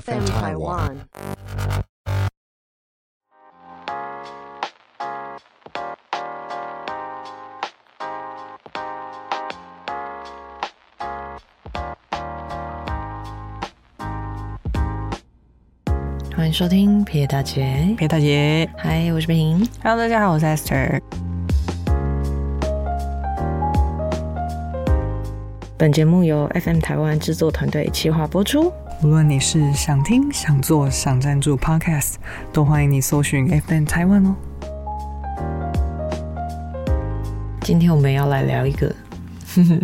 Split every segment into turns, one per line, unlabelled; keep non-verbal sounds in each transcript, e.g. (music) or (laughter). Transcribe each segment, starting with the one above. FM Taiwan.
欢迎收听撇大姐。
裴大姐
嗨，我是北莹。
，Hello，大家好，我是 Esther。
本节目由 FM 台湾制作团队企划播出。
无论你是想听、想做、想赞助 Podcast，都欢迎你搜寻 FN 台湾哦。
今天我们要来聊一个，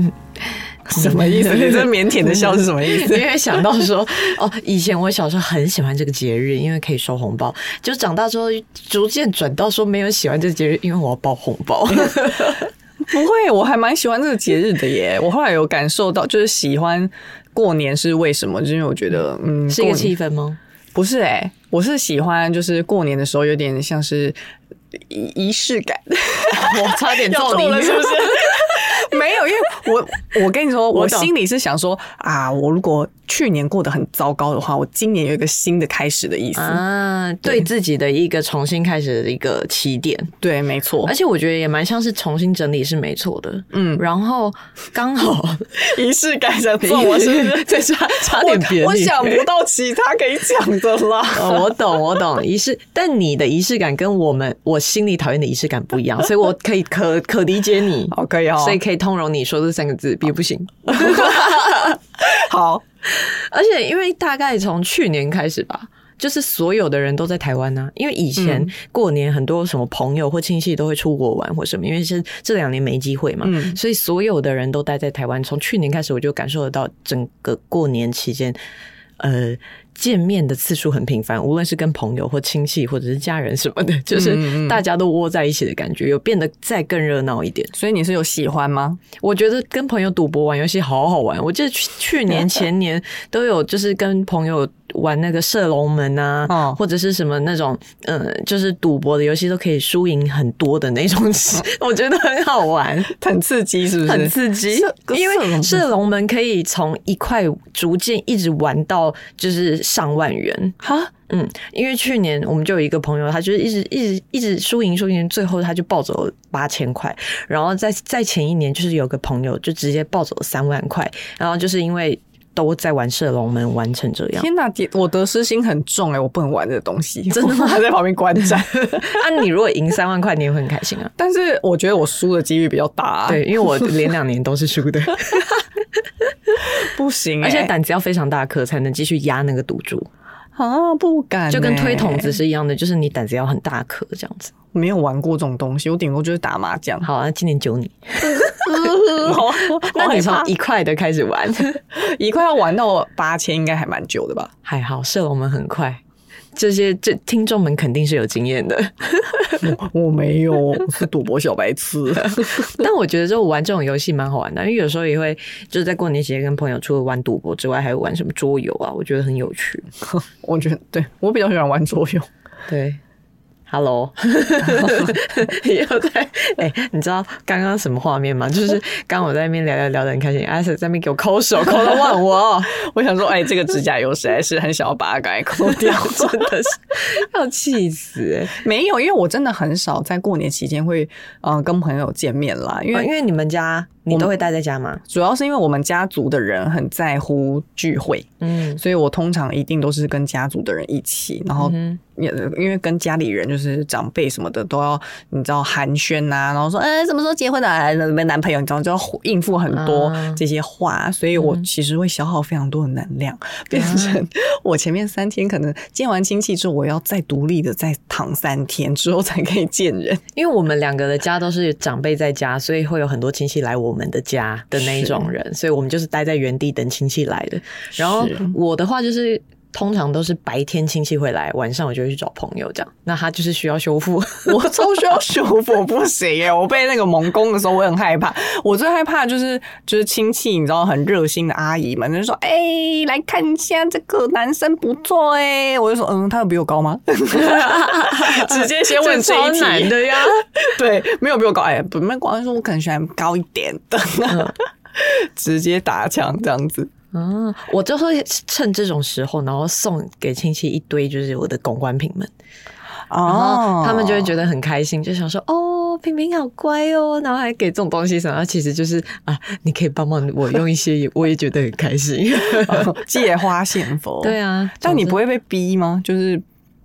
(laughs) 什么
(laughs)
意思？你这腼腆的笑是什么意
因
思？
为想到说，哦，以前我小时候很喜欢这个节日，因为可以收红包。就长大之后，逐渐转到说没有喜欢这个节日，因为我要包红
(laughs)
包。
不会，我还蛮喜欢这个节日的耶。我后来有感受到，就是喜欢过年是为什么？就是因为我觉得，嗯，
是一个
过
气
年
氛吗？
不是哎、我是喜欢，就是过年的时候有点像是仪仪式感。
(laughs) 我差点
要
揍
揍
你
了是不是？没有，因为我我跟你说，我
(laughs) 我懂
心里是想说啊，我如果去年过得很糟糕的话，我今年有一个新的开始的意思。
(laughs) 啊，对自己的一个重新开始的一个起点，
对，没错
而，且我觉得也蛮像是重新整理是没错的，
嗯
然后刚好
仪式感想揍我是不是？
对差 (laughs) 差点别
(laughs) 我
离
我想不到其他可以讲的
(laughs)
啦。
(laughs) 哦，我懂，我懂仪式，但你的仪式感跟我们我心里讨厌的仪式感不一样，所以我可以可可理解 (laughs) 你，
好，可以哦。
所以可以通融你说这三个字，别不 (laughs) 行。
好，
而且因为大概从去年开始吧，就是所有的人都在台湾呢、因为以前
嗯
过年很多什么朋友或亲戚都会出国玩或什么，因为是这两年没机会嘛，
嗯
所以所有的人都待在台湾。从去年开始，我就感受得到整个过年期间。呃，见面的次数很频繁，无论是跟朋友或亲戚或者是家人什么的，就是
嗯嗯
大家都窝在一起的感觉，有变得再更热闹一点。
所以你是有喜欢吗？
我觉得跟朋友赌博玩游戏好好玩，我记得去去年前年都有，就是跟朋友玩那个射龙门啊，
哦
或者是什么那种，呃，就是赌博的游戏都可以输赢很多的那种， (laughs) 我觉得很好玩，
很刺激，是不是？
很刺激
射。跟
因
射龙
为
门
射龙门可以从一块逐渐一直玩到就是上万元，
哈，
嗯，因为去年我们就有一个朋友，他就是一直一直一直输赢输赢，最后他就抱走了八千块。然后在在前一年，就是有个朋友就直接抱走了三万块，然后就是因为都在玩射龙门，玩成这样。
天哪，天我得失心很重哎、我不能玩这个东西，
真的吗
我还在旁边观
(laughs)
战。
啊，你如果赢三万块，你也会很开心啊。
但是我觉得我输的几率比较大、
(laughs)
啊，
对，，因为我连两年都是输的，哎
不行、
(laughs)
欸，
而且胆子要非常大颗才能继续压那个赌注，
啊不敢欸、
就跟推筒子是一样的，就是你胆子要很大颗这样子。。
没有玩过这种东西，我顶多就是打麻将
好啊，今年九你，(laughs)
好
哦
(laughs)
那你从
好害
一块的开始玩，
怕一块要玩到八千，应该还蛮久的
(laughs)
吧？
(laughs) 还好，射龙门很快。这些这听众们肯定是有经验的， (laughs)
我没有，我是赌博小
(laughs)
白痴。
但我觉得就玩这种游戏蛮好玩的，因为有时候也会就是在过年期间跟朋友除了玩赌博之外，还有玩什么桌游啊，我觉得很有趣。
我觉得对我比较喜欢玩桌游，
对，Hello，又在哎、你知道刚刚什么画面吗？就是刚刚我在那边聊聊聊得很开心，阿 Sir 在那边给我抠手，抠到忘我，
(laughs) 我想说，哎，这个指甲油实在是很想要把它赶
(laughs)
快抠掉， (laughs) 真的是。
要气死、欸！
(laughs) 没有，因为我真的很少在过年期间会嗯、呃跟朋友见面啦，因
哦因
为、
为因为你们家你都会待在家吗？
主要是因为我们家族的人很在乎聚会，
嗯
所以我通常一定都是跟家族的人一起，然后
嗯
也因为跟家里人就是长辈什么的都要，你知道寒暄呐、然后说哎、什么时候结婚的、啊，没男朋友，你知道就要应付很多
啊嗯
这些话，所以我其实会消耗非常多的能量，变成我前面三天可能见完亲戚之后，我要再独立的再躺三天之后才可以见人。
因为我们两个的家都是长辈在家，所以会有很多亲戚来我们的家的那一种人，所以我们就是待在原地等亲戚来的。然后
是
我的话就是。通常都是白天亲戚会来，晚上我就会去找朋友这样。那他就是需要修 (laughs) 复，
(laughs) 我超需要修复，我不行耶！我被那个猛攻的时候，我很害怕。我最害怕就是就是亲戚，你知道很热心的阿姨们，就说：“哎、来看一下这个男生不错哎。”我就说：“嗯，他有比我高吗？” (laughs) 直接先问这
超
一题
难的呀。
对，没有比我高哎， (laughs) 不，没关系，我可能喜欢高一点的，直接打枪这样子。
嗯，我就会趁这种时候，然后送给亲戚一堆就是我的公关品们，
哦
然后他们就会觉得很开心，就想说哦，平平好乖哦，然后还给这种东西什么，然后其实就是啊，你可以帮忙我用一些，我也觉得很开
(laughs)
心。
得哦借花献佛。
对啊，
但你
总之
不会被逼吗？就是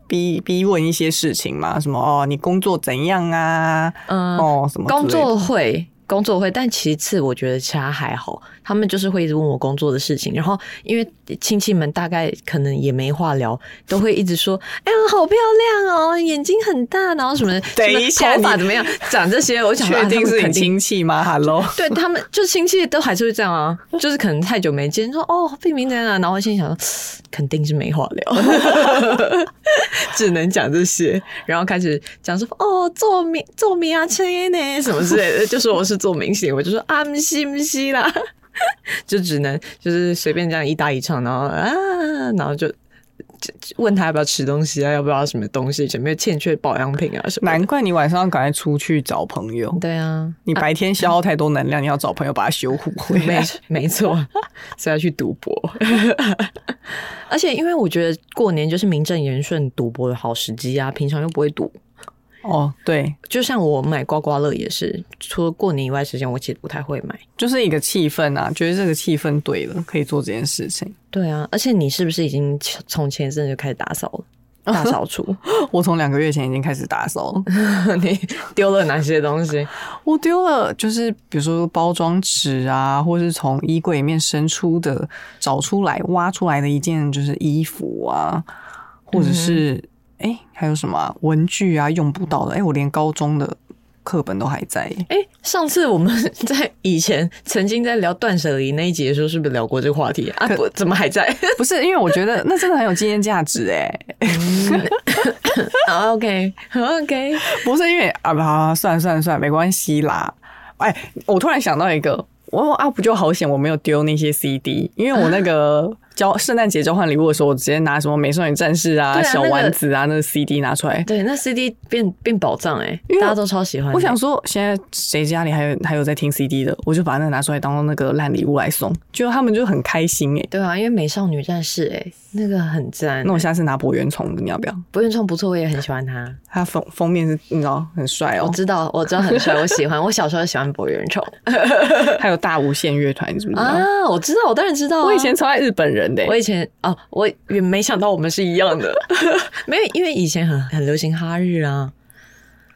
逼逼问一些事情嘛，什么哦，你工作怎样啊？
嗯
哦，什么之类
工
的
作会，工作会，但其次我觉得其他还好，他们就是会一直问我工作的事情，然后因为亲戚们大概可能也没话聊，都会一直说，哎呀，好漂亮哦，眼睛很大，然后什么，
(laughs) 等
什么
一下
头发
你
怎么样，长这些，我想说
(laughs) 确定
啊他们
是
肯
你
定
亲
(laughs)
戚吗？Hello，
对他们，就亲戚都还是会这样啊，就是可能太久没见，说哦，病名在哪？然后我心里想说，嗯肯定是没话聊， (laughs) 只能讲这些，然后开始讲说哦，做明做明啊，切呢什么之类的，就说我是做明星，我就说啊，不是不是啦， (laughs) 就只能就是随便这样一搭一唱，然后啊，然后就。就就问他要不要吃东西啊，要不要什么东西，有没有欠缺保养品啊什么的？
难怪你晚上要赶快出去找朋友。
对啊，
你白天消耗太多能量，你要找朋友把它修护回
(laughs) 没
来。
没错， (laughs) 是要去赌博。 (laughs) 而且，因为我觉得过年就是名正言顺赌博的好时机啊，平常又不会赌。
哦，对，
就像我买刮刮乐也是，除了过年以外时间，我其实不太会买。
就是一个气氛啊，觉得这个气氛对了，可以做这件事情。
对啊，而且你是不是已经从前一阵就开始打扫 (laughs) 了？大扫除，
我从两个月前已经开始打扫了，
你丢了哪些东 (laughs) 西？
我丢了，就是比如说包装纸啊，或是从衣柜里面伸出的、找出来、挖出来的一件就是衣服啊，或者是哎、诶还有什么啊、文具啊，用不到的，哎、我连高中的课本都还在耶。
哎、上次我们在以前曾经在聊断舍离那一集的时候，是不是聊过这个话题啊？啊
可
不，怎么还在？
不是，因为我觉得那真的很有纪念价值哎、
(laughs) 啊，OK，OK、o (laughs) k OK，
不是因为啊，不好，算了算了算了，没关系啦。哎，我突然想到一个，我啊不就好险，我没有丢那些 CD，因为我那个交圣诞节交换礼物的时候，我直接拿什么美少女战士啊、
对啊
小
那个
丸子啊那个 CD 拿出来。
对，那 CD 变变宝藏哎、
因为
大家都超喜欢的。
我想说，现在谁家里还有还有在听 CD 的，我就把那个拿出来当做那个烂礼物来送，就他们就很开心哎、
对啊，因为美少女战士哎、那个很赞。
那我下次拿博元虫的，你要不要？
博元冲不错，我也很喜欢他。
它封封面是，你知道很帅哦
我、知道，我知道很帅，我喜欢。我小时候喜欢博元
(laughs)
冲
还有大无限乐团，你知不知道？
啊，我知道，我当然知道啊、
嗯我以前超爱日本人的、欸
我以前哦，我也没想到我们是一样
(laughs)
的，没有，因为以前很很流行哈日啊，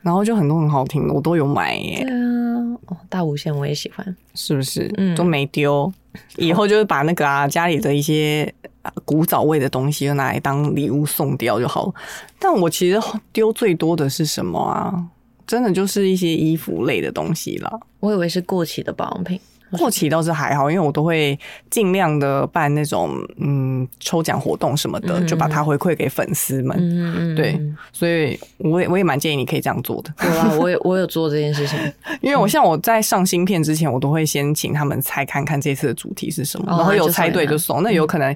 然后就很多很好听的，我都有买耶、
对啊，哦，大无限我也喜欢，
是不是？
嗯
都没丢，以后就是把那个啊家里的一些啊古早味的东西，就拿来当礼物送掉就好了。但我其实丢最多的是什么啊？真的就是一些衣服类的东西啦。
我以为是过期的保养品，
过期倒是还好，因为我都会尽量的办那种嗯抽奖活动什么的，
嗯
就把它回馈给粉丝们。
嗯嗯，嗯
对，所以我也我也蛮建议你可以这样做的。
有啊，我也我有做这件事情，
因为
嗯
我像我在上新片之前，我都会先请他们猜看看这次的主题是什么，
哦
然后有
就送
猜对
人
就送。那有可能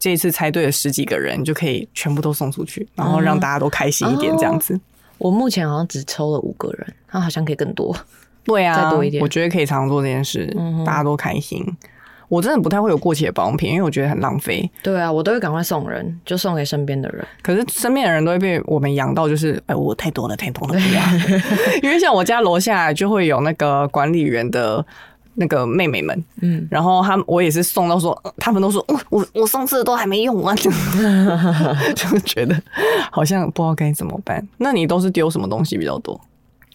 这一次猜对了十几个人，就可以全部都送出去，然后
哦
让大家都开心一点这样子。
我目前好像只抽了五个人，他好像可以更多。
对啊，
再多一点
我觉得可以常常做这件事，
嗯哼
大家都开心。我真的不太会有过期的保养品，因为我觉得很浪费。
对啊，我都会赶快送人，就送给身边的人。
可是身边的人都会被我们养到，就是哎，我太多了，太 (laughs) 多了，不要。因为像我家楼下就会有那个管理员的那个妹妹们，
嗯，
然后他们我也是送到说，呃他们都说，哦、我我上次都还没 (laughs) 用完，就觉得好像不知道该怎么办。那你都是丢什么东西比较多？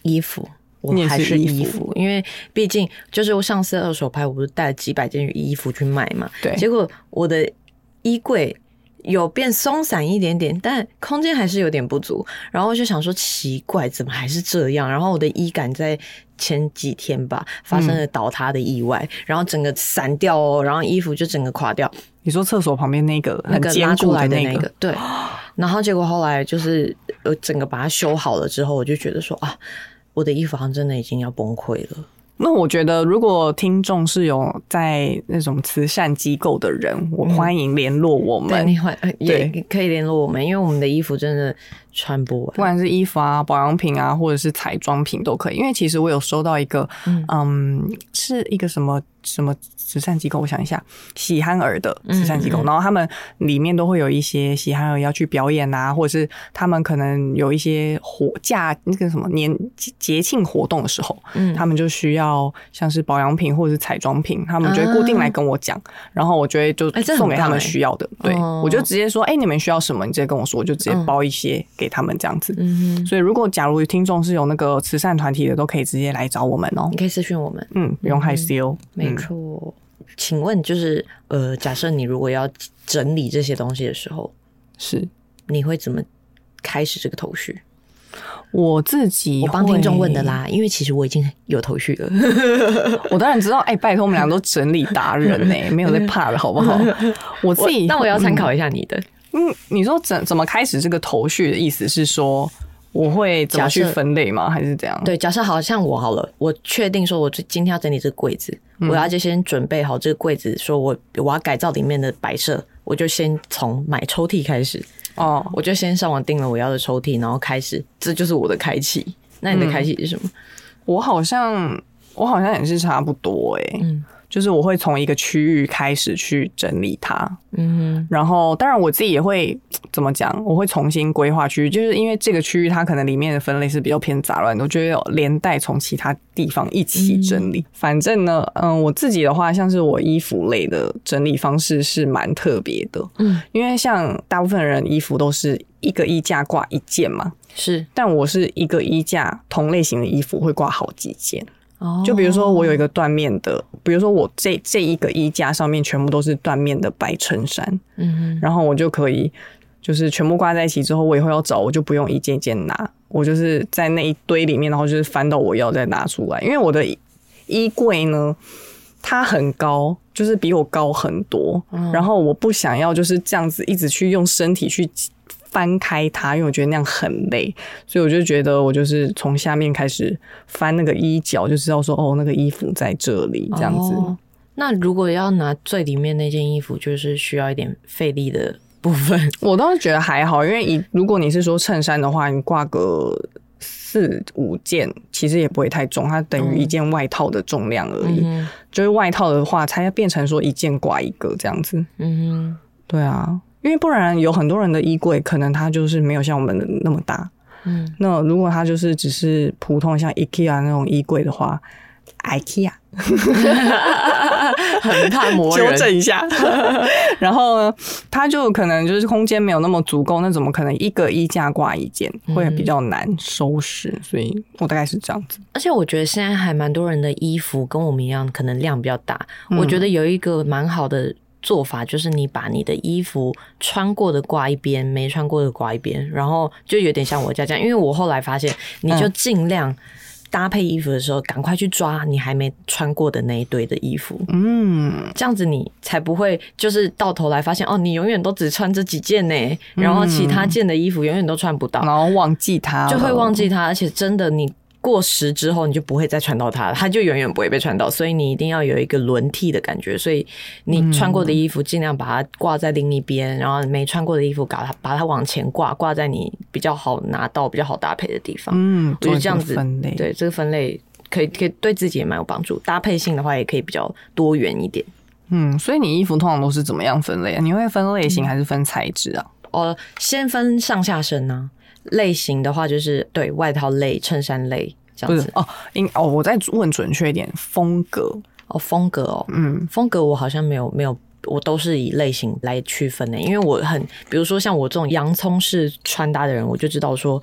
衣服。我
你也是
还是
衣服
衣服，因为毕竟就是我上次二手拍，我不是带了几百件衣服去卖嘛，
对
结果我的衣柜有变松散一点点，但空间还是有点不足。然后我就想说，奇怪，怎么还是这样？然后我的衣杆在前几天吧发生了倒塌的意外，然后整个散掉哦，然后衣服就整个垮掉，
你说厕所旁边那个
那
很
个
坚
拉
固
出来的
那
那个，
(gasps)
对。然后结果后来就是我整个把它修好了之后，我就觉得说啊，我的衣服好像真的已经要崩溃了。
那我觉得，如果听众是有在那种慈善机构的人，我欢迎联络我
对，
们，
你会呃也
对
可以联络我们，因为我们的衣服真的穿不
不
完。
管是衣服啊、保养品嗯啊，或者是彩妆品都可以。因为其实我有收到一个，嗯是一个什么什么慈善机构，我想一下，喜憨儿的慈善机构，
嗯嗯
然后他们里面都会有一些喜憨儿要去表演啊，或者是他们可能有一些活假那个什么年节节庆活动的时候，
嗯
他们就需要像是保养品或者是彩妆品，他们就会固定来跟我讲，然后我就会就
啊哎这很
送给他
棒
们
哎
需要的，对、
哦
我就直接说，哎、你们需要什么，你直接跟我说，我就直接
嗯
包一些给他们这样子。
嗯哼，
所以，如果假如听众是有那个慈善团体的，都可以直接来找我们哦、
你可以私讯我们，
嗯，不用害羞。
没
嗯
错。请问就是呃，假设你如果要整理这些东西的时候，
是
你会怎么开始这个头绪？
我自己，
我帮听众问的。啦，因为其实我已经有头绪
(laughs)
了。
我当然知道，哎、拜托，我们俩都整理达人
(laughs)
呢、没有在怕的好不好？我自己，
但我要参考一下你的。
嗯，你说怎怎么开始这个头绪的意思是说，我会怎么去
假设
分类吗？还是怎样？
对，假设好像我好了，我确定说我最今天要整理这个柜子，我要就先准备好这个柜子，说我我要改造里面的摆设，我就先从买抽屉开始，
哦，
我就先上网订了我要的抽屉，然后开始，这就是我的开启。那你的开启是什么？
我好像我好像也是差不多哎、
嗯
就是我会从一个区域开始去整理它，
嗯
然后当然我自己也会怎么讲，我会重新规划区域，就是因为这个区域它可能里面的分类是比较偏杂乱的，我觉得有连带从其他地方一起整理。反正呢，嗯，我自己的话，像是我衣服类的整理方式是蛮特别的，
嗯，
因为像大部分人衣服都是一个衣架挂一件嘛，
是
但我是一个衣架同类型的衣服会挂好几件。
哦
就比如说我有一个缎面的，比如说我这这一个衣架上面全部都是缎面的白衬衫，
嗯
然后我就可以就是全部挂在一起之后，我以后要找我就不用一件一件拿，我就是在那一堆里面，然后就是翻到我要再拿出来，因为我的衣衣柜呢。它很高，就是比我高很多。
嗯
然后我不想要就是这样子一直去用身体去翻开它，因为我觉得那样很累。所以我就觉得我就是从下面开始翻那个衣角，就知道说哦，那个衣服在这里这样子。
哦那如果要拿最里面那件衣服，就是需要一点费力的部分。
我倒是觉得还好，因为以如果你是说衬衫的话，你挂个四五件，其实也不会太重，它等于一件外套的重量而已。
嗯
就是外套的话，它要变成说一件挂一个这样子。
嗯
对啊，因为不然有很多人的衣柜可能它就是没有像我们的那么大。
嗯，
那如果它就是只是普通像 IKEA 那种衣柜的话，IKEA
(laughs) 很怕磨
纠
人。
正一下。 (laughs) 然后呢，它就可能就是空间没有那么足够，那怎么可能一个衣架挂一件，
嗯
会比较难收拾？所以我大概是这样子。
而且我觉得现在还蛮多人的衣服跟我们一样，可能量比较大。我觉得有一个蛮好的做法，就是你把你的衣服穿过的挂一边，没穿过的挂一边，然后就有点像我家这样。因为我后来发现，你就尽量搭配衣服的时候，赶快去抓你还没穿过的那一堆的衣服，
嗯，
这样子你才不会就是到头来发现哦，你永远都只穿这几件呢，然后其他件的衣服永远都穿不到。
然后忘记它，
就会忘。记它，而且真的你过时之后，你就不会再穿到它了，它就永远不会被穿到，所以你一定要有一个轮替的感觉，所以你穿过的衣服尽量把它挂在另一边，然后没穿过的衣服把它把它往前挂，挂在你比较好拿到、比较好搭配的地方。
嗯，
我觉得这样子
做一个分类。
对这个分类。可以，可以对自己也蛮有帮助。搭配性的话，也可以比较多元一点。
嗯，所以你衣服通常都是怎么样分类啊？你会分类型还是分材质啊？
哦，先分上下身呢、类型的话就是对外套类、衬衫类这
不
样
是
子。
哦，应哦，我再问准确一点，风格。
哦，风格哦，
嗯
风格我好像没有没有，我都是以类型来区分欸的、因为我很，比如说像我这种洋葱式穿搭的人，我就知道说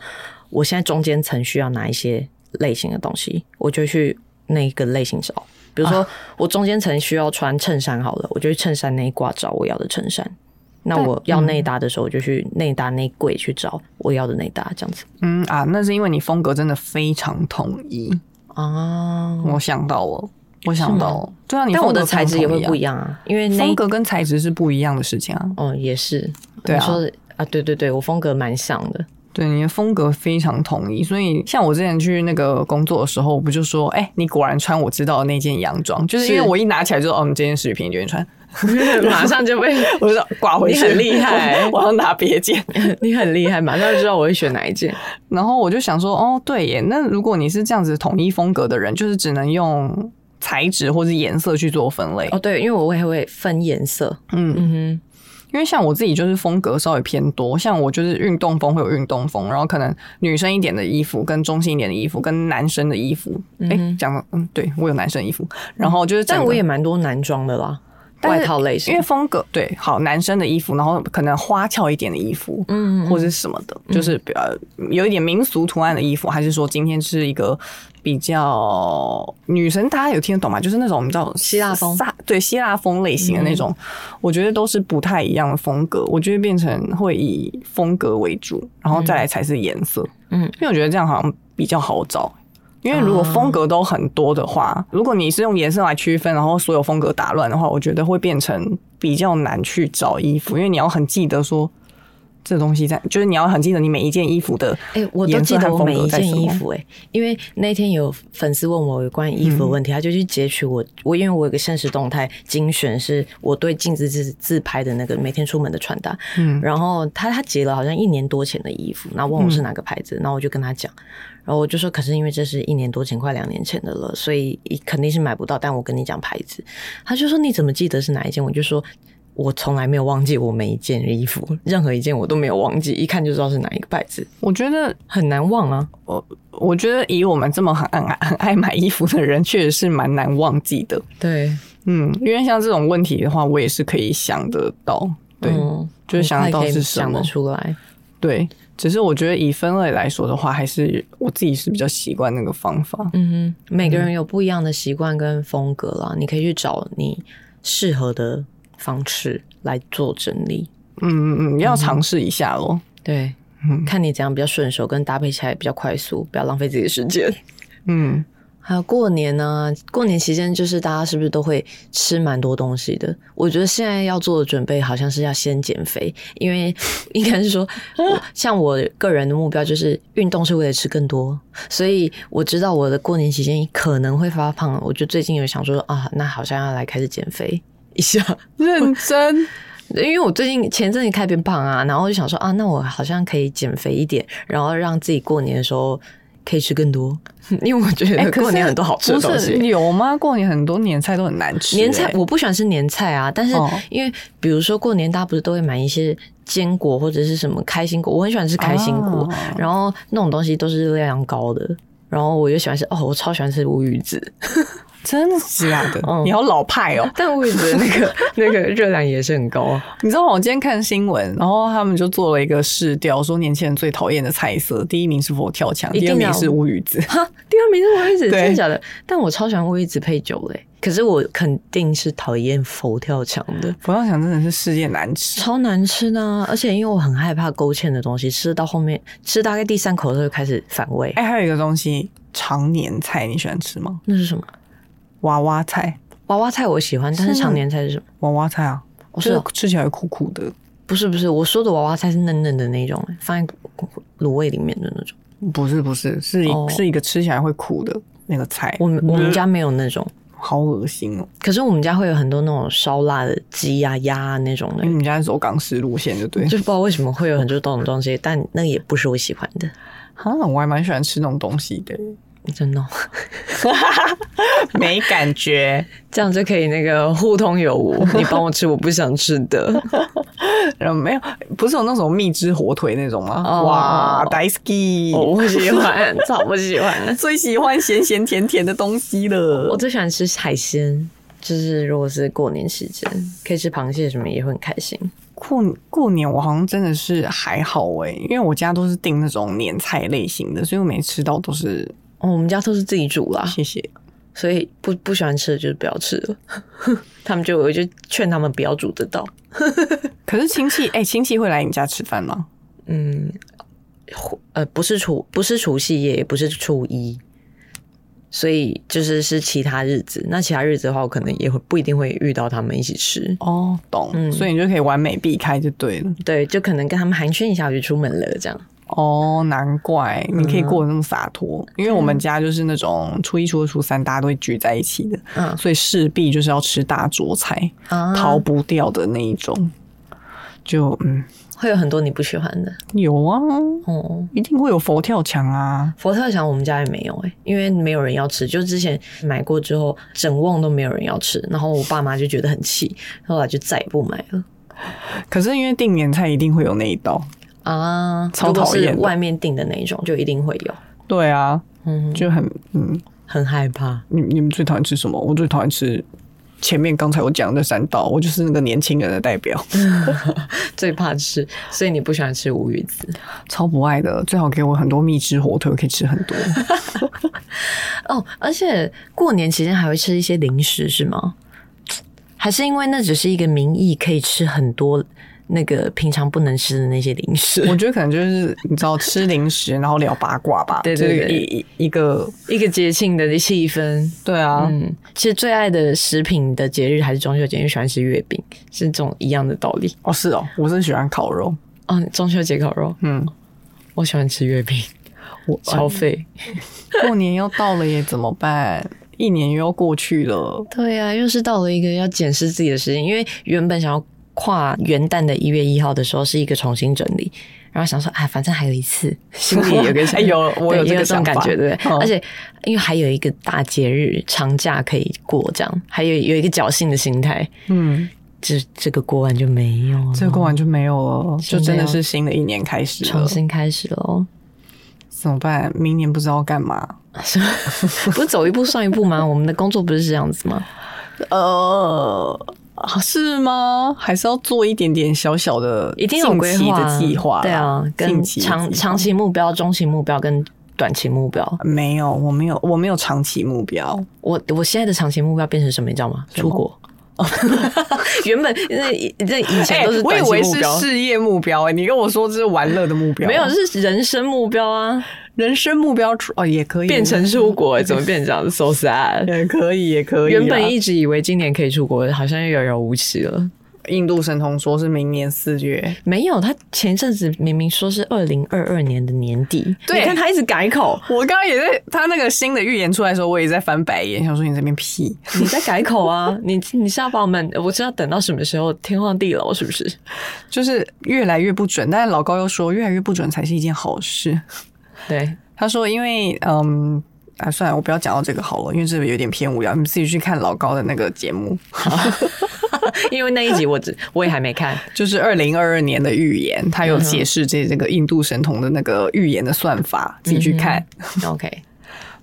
我现在中间层需要哪一些类型的东西，我就去那个类型找。比如
啊
说我中间层需要穿衬衫好了，我就去衬衫那一挂找我要的衬衫。那
但
我要内搭的时候，我就去内搭那一柜去找我要的内搭，这样子
嗯啊，那是因为你风格真的非常统一。
啊。
我想到了，我想到了，对啊，
嗯
你
但我
风格
的材质
非
也
常
会
统一啊
不一样啊，因为那一
风格跟材质是不一样的事情啊。
哦，也是，
对啊
你说的啊，对对对，我风格蛮像 (laughs) 的，
对，你的风格非常统一，所以像我之前去那个工作的时候，我不就说，哎、你果然穿我知道的那件洋装，就是因为
是
我一拿起来就，哦，你这件视频就能穿，
马上就被
我就说挂回去，
你很厉害
我 (laughs) 要拿别件。
(laughs) 你很厉害，马上就知道我会选哪一件。
然后我就想说，哦，对耶，那如果你是这样子统一风格的人，就是只能用材质或是颜色去做分类。
哦，对，因为我也会分颜色，
嗯
嗯
因为像我自己就是风格稍微偏多，像我就是运动风会有运动风，然后可能女生一点的衣服跟中性一点的衣服跟男生的衣服，哎、讲了，嗯，对我有男生衣服，然后就是整
但
个，
我也蛮多男装的啦，
但是
外套类型
因为，风格对，好男生的衣服，然后可能花俏一点的衣服，
嗯
或者什么的，就是比较有一点民俗图案的衣服，还是说今天是一个比较女神，大家有听得懂吗？就是那种你知道
希腊风
萨对希腊风类型的那种，
嗯
我觉得都是不太一样的风格。我觉得变成会以风格为主，然后再来才是颜色。
嗯
因为我觉得这样好像比较好找。因为如
哦
果风格都很多的话，如果你是用颜色来区分，然后所有风格打乱的话，我觉得会变成比较难去找衣服，因为你要很记得说这东西在，就是你要很记得你每一件衣服的
哎、我都
颜色
记得
和
我
风
每
格
一
在
件
什
衣
么
服哎、因为那天有粉丝问我有关于衣服的问题，他就去截取
嗯
我我因为我有个现实动态精选是我对镜子自自拍的那个每天出门的穿搭，
嗯
然后他他截了好像一年多前的衣服，然后问我是哪个牌子，然后我就跟他讲，然后我就说可是因为这是一年多前快两年前的了，所以肯定是买不到，但我跟你讲牌子，他就说你怎么记得是哪一件？我就说。我从来没有忘记我每一件衣服，任何一件我都没有忘记，一看就知道是哪一个牌子。
我觉得，
很难忘啊。
我觉得以我们这么很很很爱 (laughs) 买衣服的人，确实是蛮难忘记的。
对，
嗯，因为像这种问题的话，我也是可以想得到，对，
嗯
就是想得到是什
想
么
得，出来。
对。只是我觉得以分类来说的话，还是我自己是比较习惯那个方法。
嗯哼，每个人有不一样的习惯跟风格啦，你可以去找你适合的方式来做整理。
嗯嗯嗯，要尝试一下咯。
对，看你怎样比较顺手，跟搭配起来比较快速，不要浪费自己的时间。
嗯，
还有过年呢、过年期间就是大家是不是都会吃蛮多东西的？我觉得现在要做的准备好像是要先减肥，因为 (laughs) 应该是说，
(laughs)
我像我个人的目标就是运动是为了吃更多，所以我知道我的过年期间可能会发胖，我就最近有想说啊，那好像要来开始减肥 (laughs) 一下。
认真。
因为我最近前阵子开始变胖啊，然后我就想说啊，那我好像可以减肥一点，然后让自己过年的时候可以吃更多， (laughs) 因为我觉
哎
得
可是
过年很多好吃的
不
东西。
是有吗？过年很多年菜都很难吃、
年菜
哎
我不喜欢吃年菜啊，但是
哦
因为比如说过年大家不是都会买一些坚果或者是什么开心果，我很喜欢吃开心果，
哦
然后那种东西都是热量高的。然后我就喜欢吃哦，我超喜欢吃乌鱼子，
真的假的？
嗯
你好老派哦！
但乌鱼子的那 (laughs) 个那个热量也是很高啊。
(laughs) 你知道吗？我今天看新闻，然后他们就做了一个试调，说年轻人最讨厌的菜色，第一名是佛跳墙，
一
第
定
二
啊
名是乌鱼子。
哈，第二名啊是乌鱼子，
对
真的假的？但我超喜欢乌鱼子配酒嘞、可是我肯定是讨厌佛跳墙的，
佛跳墙真的是世界难吃。
超难吃的啊、而且因为我很害怕勾芡的东西，吃到后面吃大概第三口的时候就开始反胃。
哎、还有一个东西， (laughs) 常年菜你喜欢吃吗？
那是什么？
娃娃菜，
娃娃菜我喜欢，但是
是吗
常年菜是什么？
娃娃菜啊，
我
就是是吃起来苦苦的，
不是不是，我说的娃娃菜是嫩嫩的那种，放在卤味里面的那种。
不是不是，是一、
哦
是一个吃起来会苦的那个菜。
我们我们家没有那种，
好恶心哦！
可是我们家会有很多那种烧腊的鸡呀、鸭啊那种的
因为，你们家是走港式路线就对。
就不知道为什么会有很多这种东西，但那也不是我喜欢的，
啊，我还蛮喜欢吃那种东西的，
真的哦。 (laughs)
没感觉。
这样就可以那个互通有 (laughs) 无，你帮我吃我不想吃 (laughs) 的。
(laughs) 然后没有，不是有那种蜜汁火腿那种吗？
哦
哇大 i s k
我不喜 (laughs) 欢，超不喜欢。
(laughs) 最喜欢咸咸甜甜的东西
我
了。
最喜欢吃海鲜，就是如果是过年期间，可以吃螃蟹什么也会很开心。
过过年我好像真的是还好诶、因为我家都是订那种年菜类型的，所以我每次吃到都是
哦，我们家都是自己煮啦，
谢谢。
所以不不喜欢吃的就是不要吃了。 (laughs) 他们就我就劝他们不要煮得到。
可是亲戚哎，亲、戚会来你家吃饭吗？
嗯，或呃，不是除不是除夕夜，也不是初一，所以就是是其他日子。那其他日子的话，我可能也会不一定会遇到他们一起吃。
哦，懂，
嗯
所以你就可以完美避开就对了。
对，就可能跟他们寒暄一下，我就出门了，这样。
哦，难怪你可以过得那么洒脱，因为我们家就是那种初一、初二、初三大家都会聚在一起的，
嗯
所以势必就是要吃大桌菜，
啊
逃不掉的那一种。就嗯，
会有很多你不喜欢的。
有啊，
哦，
一定会有佛跳墙啊。
佛跳墙我们家也没有哎、因为没有人要吃。就之前买过之后，整瓮都没有人要吃，然后我爸妈就觉得很气，后来就再也不买了
可是因为定年菜一定会有那一道，
啊。
超
如果
讨厌的
是外面订的那一种，就一定会有。
对啊，
嗯，
就很嗯，
很害怕。 (laughs)
你你们最讨厌吃什么？我最讨厌吃前面刚才我讲的那三道，我就是那个年轻人的代表，
最怕吃，所以你不喜欢吃无鱼子。
超不爱的。最好给我很多蜜汁火腿，我可以吃很多。
哦，而且过年期间还会吃一些零食是吗？还是因为那只是一个名义，可以吃很多那个平常不能吃的那些零食？
我觉得可能就是你知道吃零食，然后聊八卦吧，
(laughs) 对对
这个
对
一一一个
一个节庆的气氛。
对啊，
嗯，其实最爱的食品的节日还是中秋节，因为喜欢吃月饼，是这种一样的道理。
哦是哦，我是喜欢烤肉，
嗯、中秋节烤肉，
嗯，
我喜欢吃月饼，
我
消费。
过年要到了耶，怎么办？一年又要过去了，
对呀、又是到了一个要检视自己的时间，因为原本想要跨元旦的一月一号的时候是一个重新整理，然后想说啊，反正还有一次，心里有个
(laughs) 哎有我
对
有这
也
个
这种
想法
感觉，对不对？
嗯
而且因为还有一个大节日长假可以过，这样还有有一个侥幸的心态，
嗯，
这这个过完就没有了，
这个过完就没有了，
真
就
的
真的
要
是新的一年开始
重
了，
新开始喽。
怎么办？明年不知道干嘛。
(laughs) 是吗 (laughs) 不是走一步算一步吗？我们的工作不是这样子吗？
呃，是吗？还是要做一点点小小的，
一定有规
近期
划啊
的计划啦，
对啊，跟
近期的
长
计划
长期目标、中期目标跟短期目标。
没有，我没有，我没有长期目标。
我我现在的长期目标变成什么，你知道吗？
什么
出国。 (laughs) 原本那那以前
哎，
都是
我以
短期
为
目
是哦
标，
事业目标、哎，你跟我说这是玩乐的目标，
没有是人生目标啊，
人生目标出哦，也可以
变成出国、
哎
怎么变成这样子？So (laughs) sad。
(laughs) 也可以，也可以啦。
原本一直以为今年可以出国，好像又遥遥无期了。
印度神童说是明年四月，
没有，他前阵子明明说是二零二二年的年底，
对
你看他一直改口，
我刚刚也在他那个新的预言出来的时候，我也在翻白眼，想说你这边屁。
(laughs) 你在改口啊？你你是要把我们，我知道等到什么时候天荒地老是不是？
就是越来越不准，但是老高又说越来越不准才是一件好事。
(laughs) 对，
他说因为嗯。啊，算了，我不要讲到这个好了，因为这个有点偏无聊。你们自己去看老高的那个节目，
因为那一集我只我也还没看，
就是二零二二年的预言，他有解释这这个印度神童的那个预言的算
嗯
法，自己去看。
OK，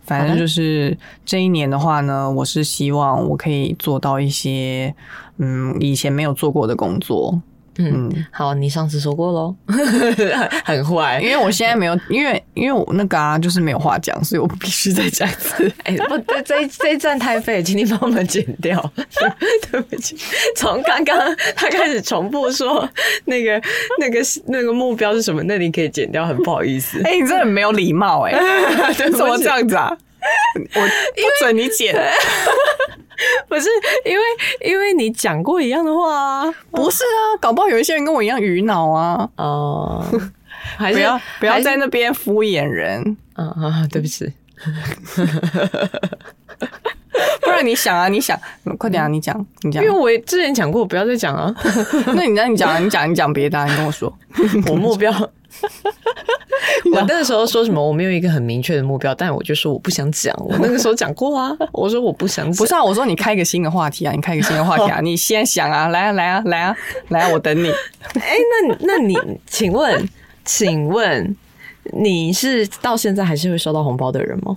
反正就是这一年的话呢，我是希望我可以做到一些嗯以前没有做过的工作，
嗯，
嗯，
好，你上次说过喽， (laughs) 很坏，
因为我现在没有，因为因为我那个啊就是没有话讲，所以我必须再讲一
(laughs)
次。
(laughs) 哎、不，这这这一站太废，请你帮我们剪掉， (laughs) 对不起。从刚刚他开始重复说那个那个那个目标是什么，那里可以剪掉，很不好意思。
哎、你真的很没有礼貌
(laughs)
哎、
对
你
不
怎么
起
这样子啊？我不准你
(laughs)
剪，
不是因为因为你讲过一样的话啊。
不是啊，搞不好有一些人跟我一样鱼脑啊，
哦、还
不
是
要不要
还是
在那边敷衍人，
嗯啊，对不起。
不然你想啊，你想，快点啊，你讲，你讲
因为，我之前讲过，不要再讲 (laughs) 啊。
那你让你讲啊，你讲，你讲别的、啊，你跟我说，
我目 (laughs) 标，我那个时候说什么？我没有一个很明确的目标，但我就说我不想讲。我那个时候讲过啊， (laughs) 我说我不想讲。
(laughs) 不是啊，我说你开一个新的话题啊，你开一个新的话题啊，你先想啊，来啊，来啊，来啊，来啊，我等你。
哎、那你那你， (laughs) 请问，请问你是到现在还是会收到红包的人吗？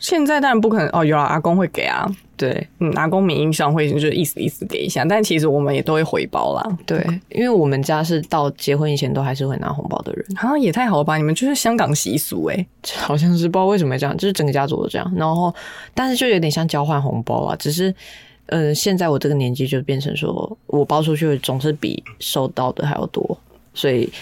现在当然不可能哦，有啊，阿公会给啊，
对
嗯，阿公名义上会就是意思意思给一下，但其实我们也都会回包啦。
对，因为我们家是到结婚以前都还是会拿红包的人，
啊，也太好了吧！你们就是香港习俗哎、
好像是不知道为什么这样，就是整个家族都这样。然后，但是就有点像交换红包啊，只是。嗯，现在我这个年纪就变成说，我包出去的总是比收到的还要多，所以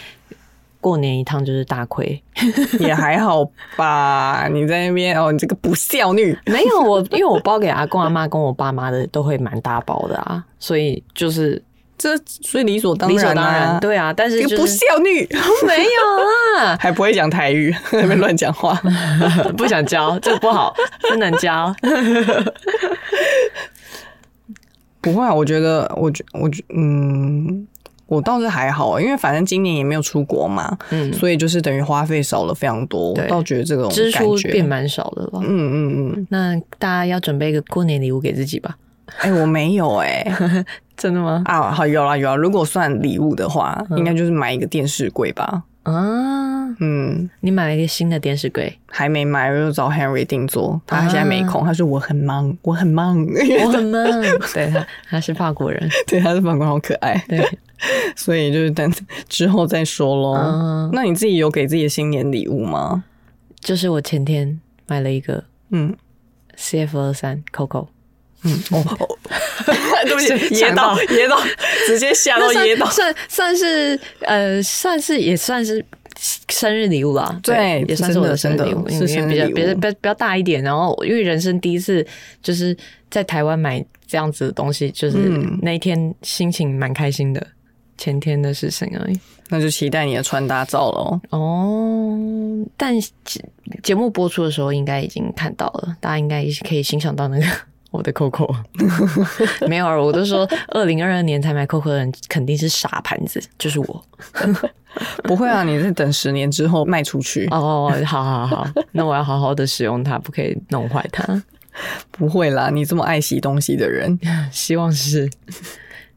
过年一趟就是大亏。
(laughs) 也还好吧。你在那边哦，你这个不孝女，
没有我，因为我包给阿公阿妈跟我爸妈的都会蛮大包的
(laughs)
啊，所以就是
这所以理所当
理
然、啊、
所当然，对啊，但是
这个
就
不
是
孝女 (laughs)
没有啦，
还不会讲台语， (laughs) 在那边乱讲话。
不想教，这个不好，不能
(laughs)
教。
不会啊，我觉得，我觉，我觉，嗯，我倒是还好，因为反正今年也没有出国嘛，
嗯，
所以就是等于花费少了非常多。我
对
倒觉得这种
支出
感觉
变蛮少的了。
嗯嗯嗯，
那大家要准备一个过年礼物给自己吧？
哎、我没有哎、
真的吗？
啊，好有啦有啦，如果算礼物的话，应该就是买一个电视柜吧。
啊，
嗯，
你买了一个新的电视
(laughs)
柜，
还没买，我就找 Henry 定做，他现在没空，他说我很忙，我很忙，
我很忙。对他，他是法国人。
对，他是反光好可爱，
对，
所以就是等之后再说喽。
嗯
那你自己有给自己的新年礼物吗？
就是我前天买了一个
嗯，
CF 二三 Coco，
(laughs) 对不起，噎
想
到
到
噎到，直接吓到
那
噎到
算。算算是呃，算是也算是。生日礼物啦，
对
也算是我的生日礼物，
真的是
因
生
为比
日礼
较
物
比较比较比较大一点。然后因为人生第一次就是在台湾买这样子的东西，就是
嗯
那一天心情蛮开心的，前天的事情而已。
(laughs) 那就期待你的穿搭照喽。
哦，但节节目播出的时候应该已经看到了，大家应该可以欣赏到那个 (laughs) 我的 Coco。没有啊，我都说二零二二年才买 Coco 的人肯定是傻盘子，就是 (laughs) 我。
不会啊，你是等十年之后卖出去，
哦，好好好，那我要好好的使用它，不可以弄坏它。
不会啦。你这么爱惜东西的人，
(laughs) 希望是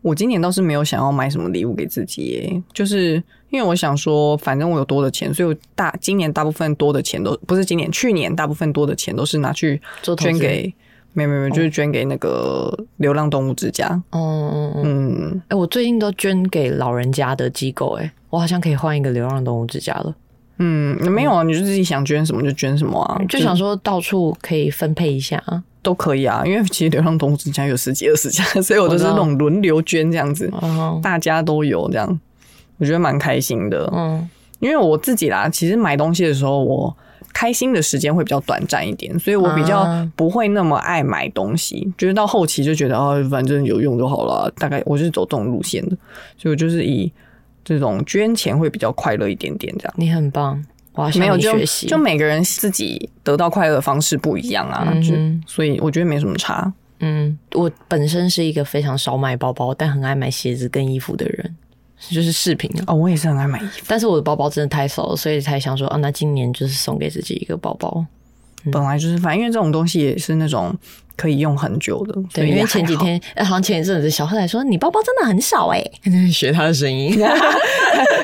我今年倒是没有想要买什么礼物给自己耶，就是因为我想说，反正我有多的钱，所以我大今年大部分多的钱都不是今年，去年大部分多的钱都是拿去
做投
捐
资。
给，没有没有没有，就是捐给那个流浪动物之家。
哦哦哦，哎、
嗯，
我最近都捐给老人家的机构、哎，我好像可以换一个流浪动物之家了。
嗯，没有啊，你就自己想捐什么就捐什么啊，
就想说到处可以分配一下啊。
都可以啊，因为其实流浪动物之家有十几二十家，所以我都是那种轮流捐这样子，
哦，
大家都有这样，我觉得蛮开心的。
嗯
因为我自己啦，其实买东西的时候，我开心的时间会比较短暂一点，所以我比较
啊
不会那么爱买东西，就是到后期就觉得哦，反正有用就好了。大概我是走这种路线的，所以我就是以这种捐钱会比较快乐一点点这样。
你很棒，我要向
没有
你
就
学习。
就每个人自己得到快乐的方式不一样啊，
嗯
就
哼
所以我觉得没什么差。
嗯，我本身是一个非常少买包包，但很爱买鞋子跟衣服的人，就是饰品啊。
哦，我也是很爱买衣服，
但是我的包包真的太少了，所以才想说啊，那今年就是送给自己一个包包。嗯
本来就是反正因为这种东西也是那种可以用很久的，所
对，
以
因
也
为
还
前几
好
天， (laughs) 哎好像前一阵子小贺还说你包包真的很少哎、
(laughs)
学他的声音，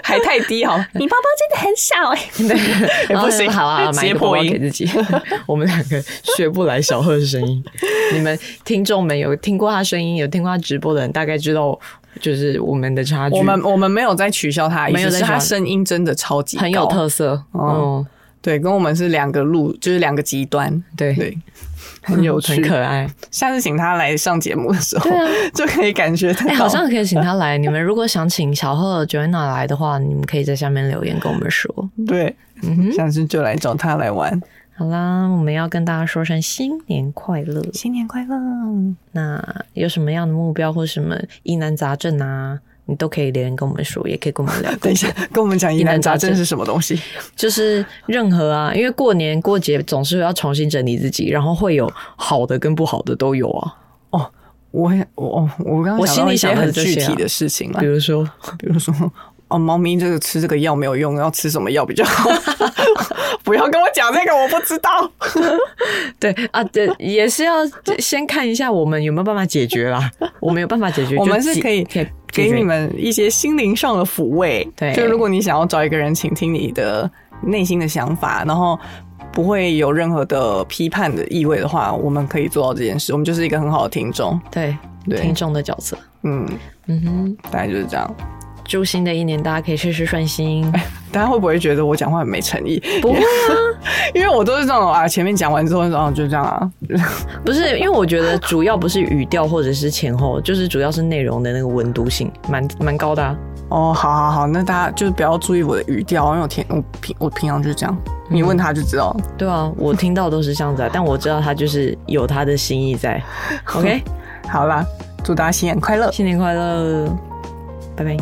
还太低好，你包包真的很少哎、
然后
不行
好啊，
直
买一
接
个包
破
包
音
给自己。 (laughs) 我们两个学不来小贺的声音， (laughs) 你们听众们有听过他声音，有听过他直播的人，大概知道就是我们的差距。
我们我们没有在取笑他的意思，
没有在
是
取笑
他声音真的超级
很有
高
特色，
哦
哦，
对，跟我们是两个路，就是两个极端，
对，
对，很有趣
(laughs) 很。可爱。
下次请他来上节目的时候，
对啊
就可以感觉得到。
哎、好像可以请他来。你们如果想请小贺、Joanna 来的话，你们可以在下面留言跟我们说。
对，
嗯哼，
下次就来找他来玩。
(laughs) 好啦，我们要跟大家说声新年快乐。
新年快乐！
那有什么样的目标或什么疑难杂症啊，你都可以留言跟我们说，也可以跟我 (laughs) 们聊。
等一下，跟我们讲疑难杂症是什么东西？
就是任何啊，因为过年过节总是要重新整理自己，然后会有好的跟不好的都有啊。
我也我我刚刚
我
到
心里
一些
想的
很
这
具
些啊
体的事情啦
比，如说，
比如说，哦，猫咪这个吃这个药没有用，要吃什么药比较好？ (laughs) 不要跟我讲这个，我不知道。
对啊，对，也是要先看一下我们有没有办法解决啦。我们有办法解决，
(laughs) 我们
就是解
可以
解解
给
决
你们一些心灵上的抚慰。
对
就如果你想要找一个人倾听你的内心的想法，然后不会有任何的批判的意味的话，我们可以做到这件事。我们就是一个很好的听众。
对
对
听众的角色。
嗯，
嗯哼，
大概就是这样。
祝新的一年大家可以事事顺心。
(laughs) 大家会不会觉得我讲话很没诚意？
不会啊，
因为我都是这种啊，前面讲完之后，哦，就这样啊。
不是，因为我觉得主要不是语调或者是前后，就是主要是内容的那个温度性，蛮蛮高的、啊。
哦，好好好，那大家就是不要注意我的语调，因为我天，我平我平常就是这样。你问他就知道。
对啊，我听到都是这样子啊，但我知道他就是有他的心意在。OK，
(laughs) 好啦，祝大家新年快乐。
新年快乐，拜拜。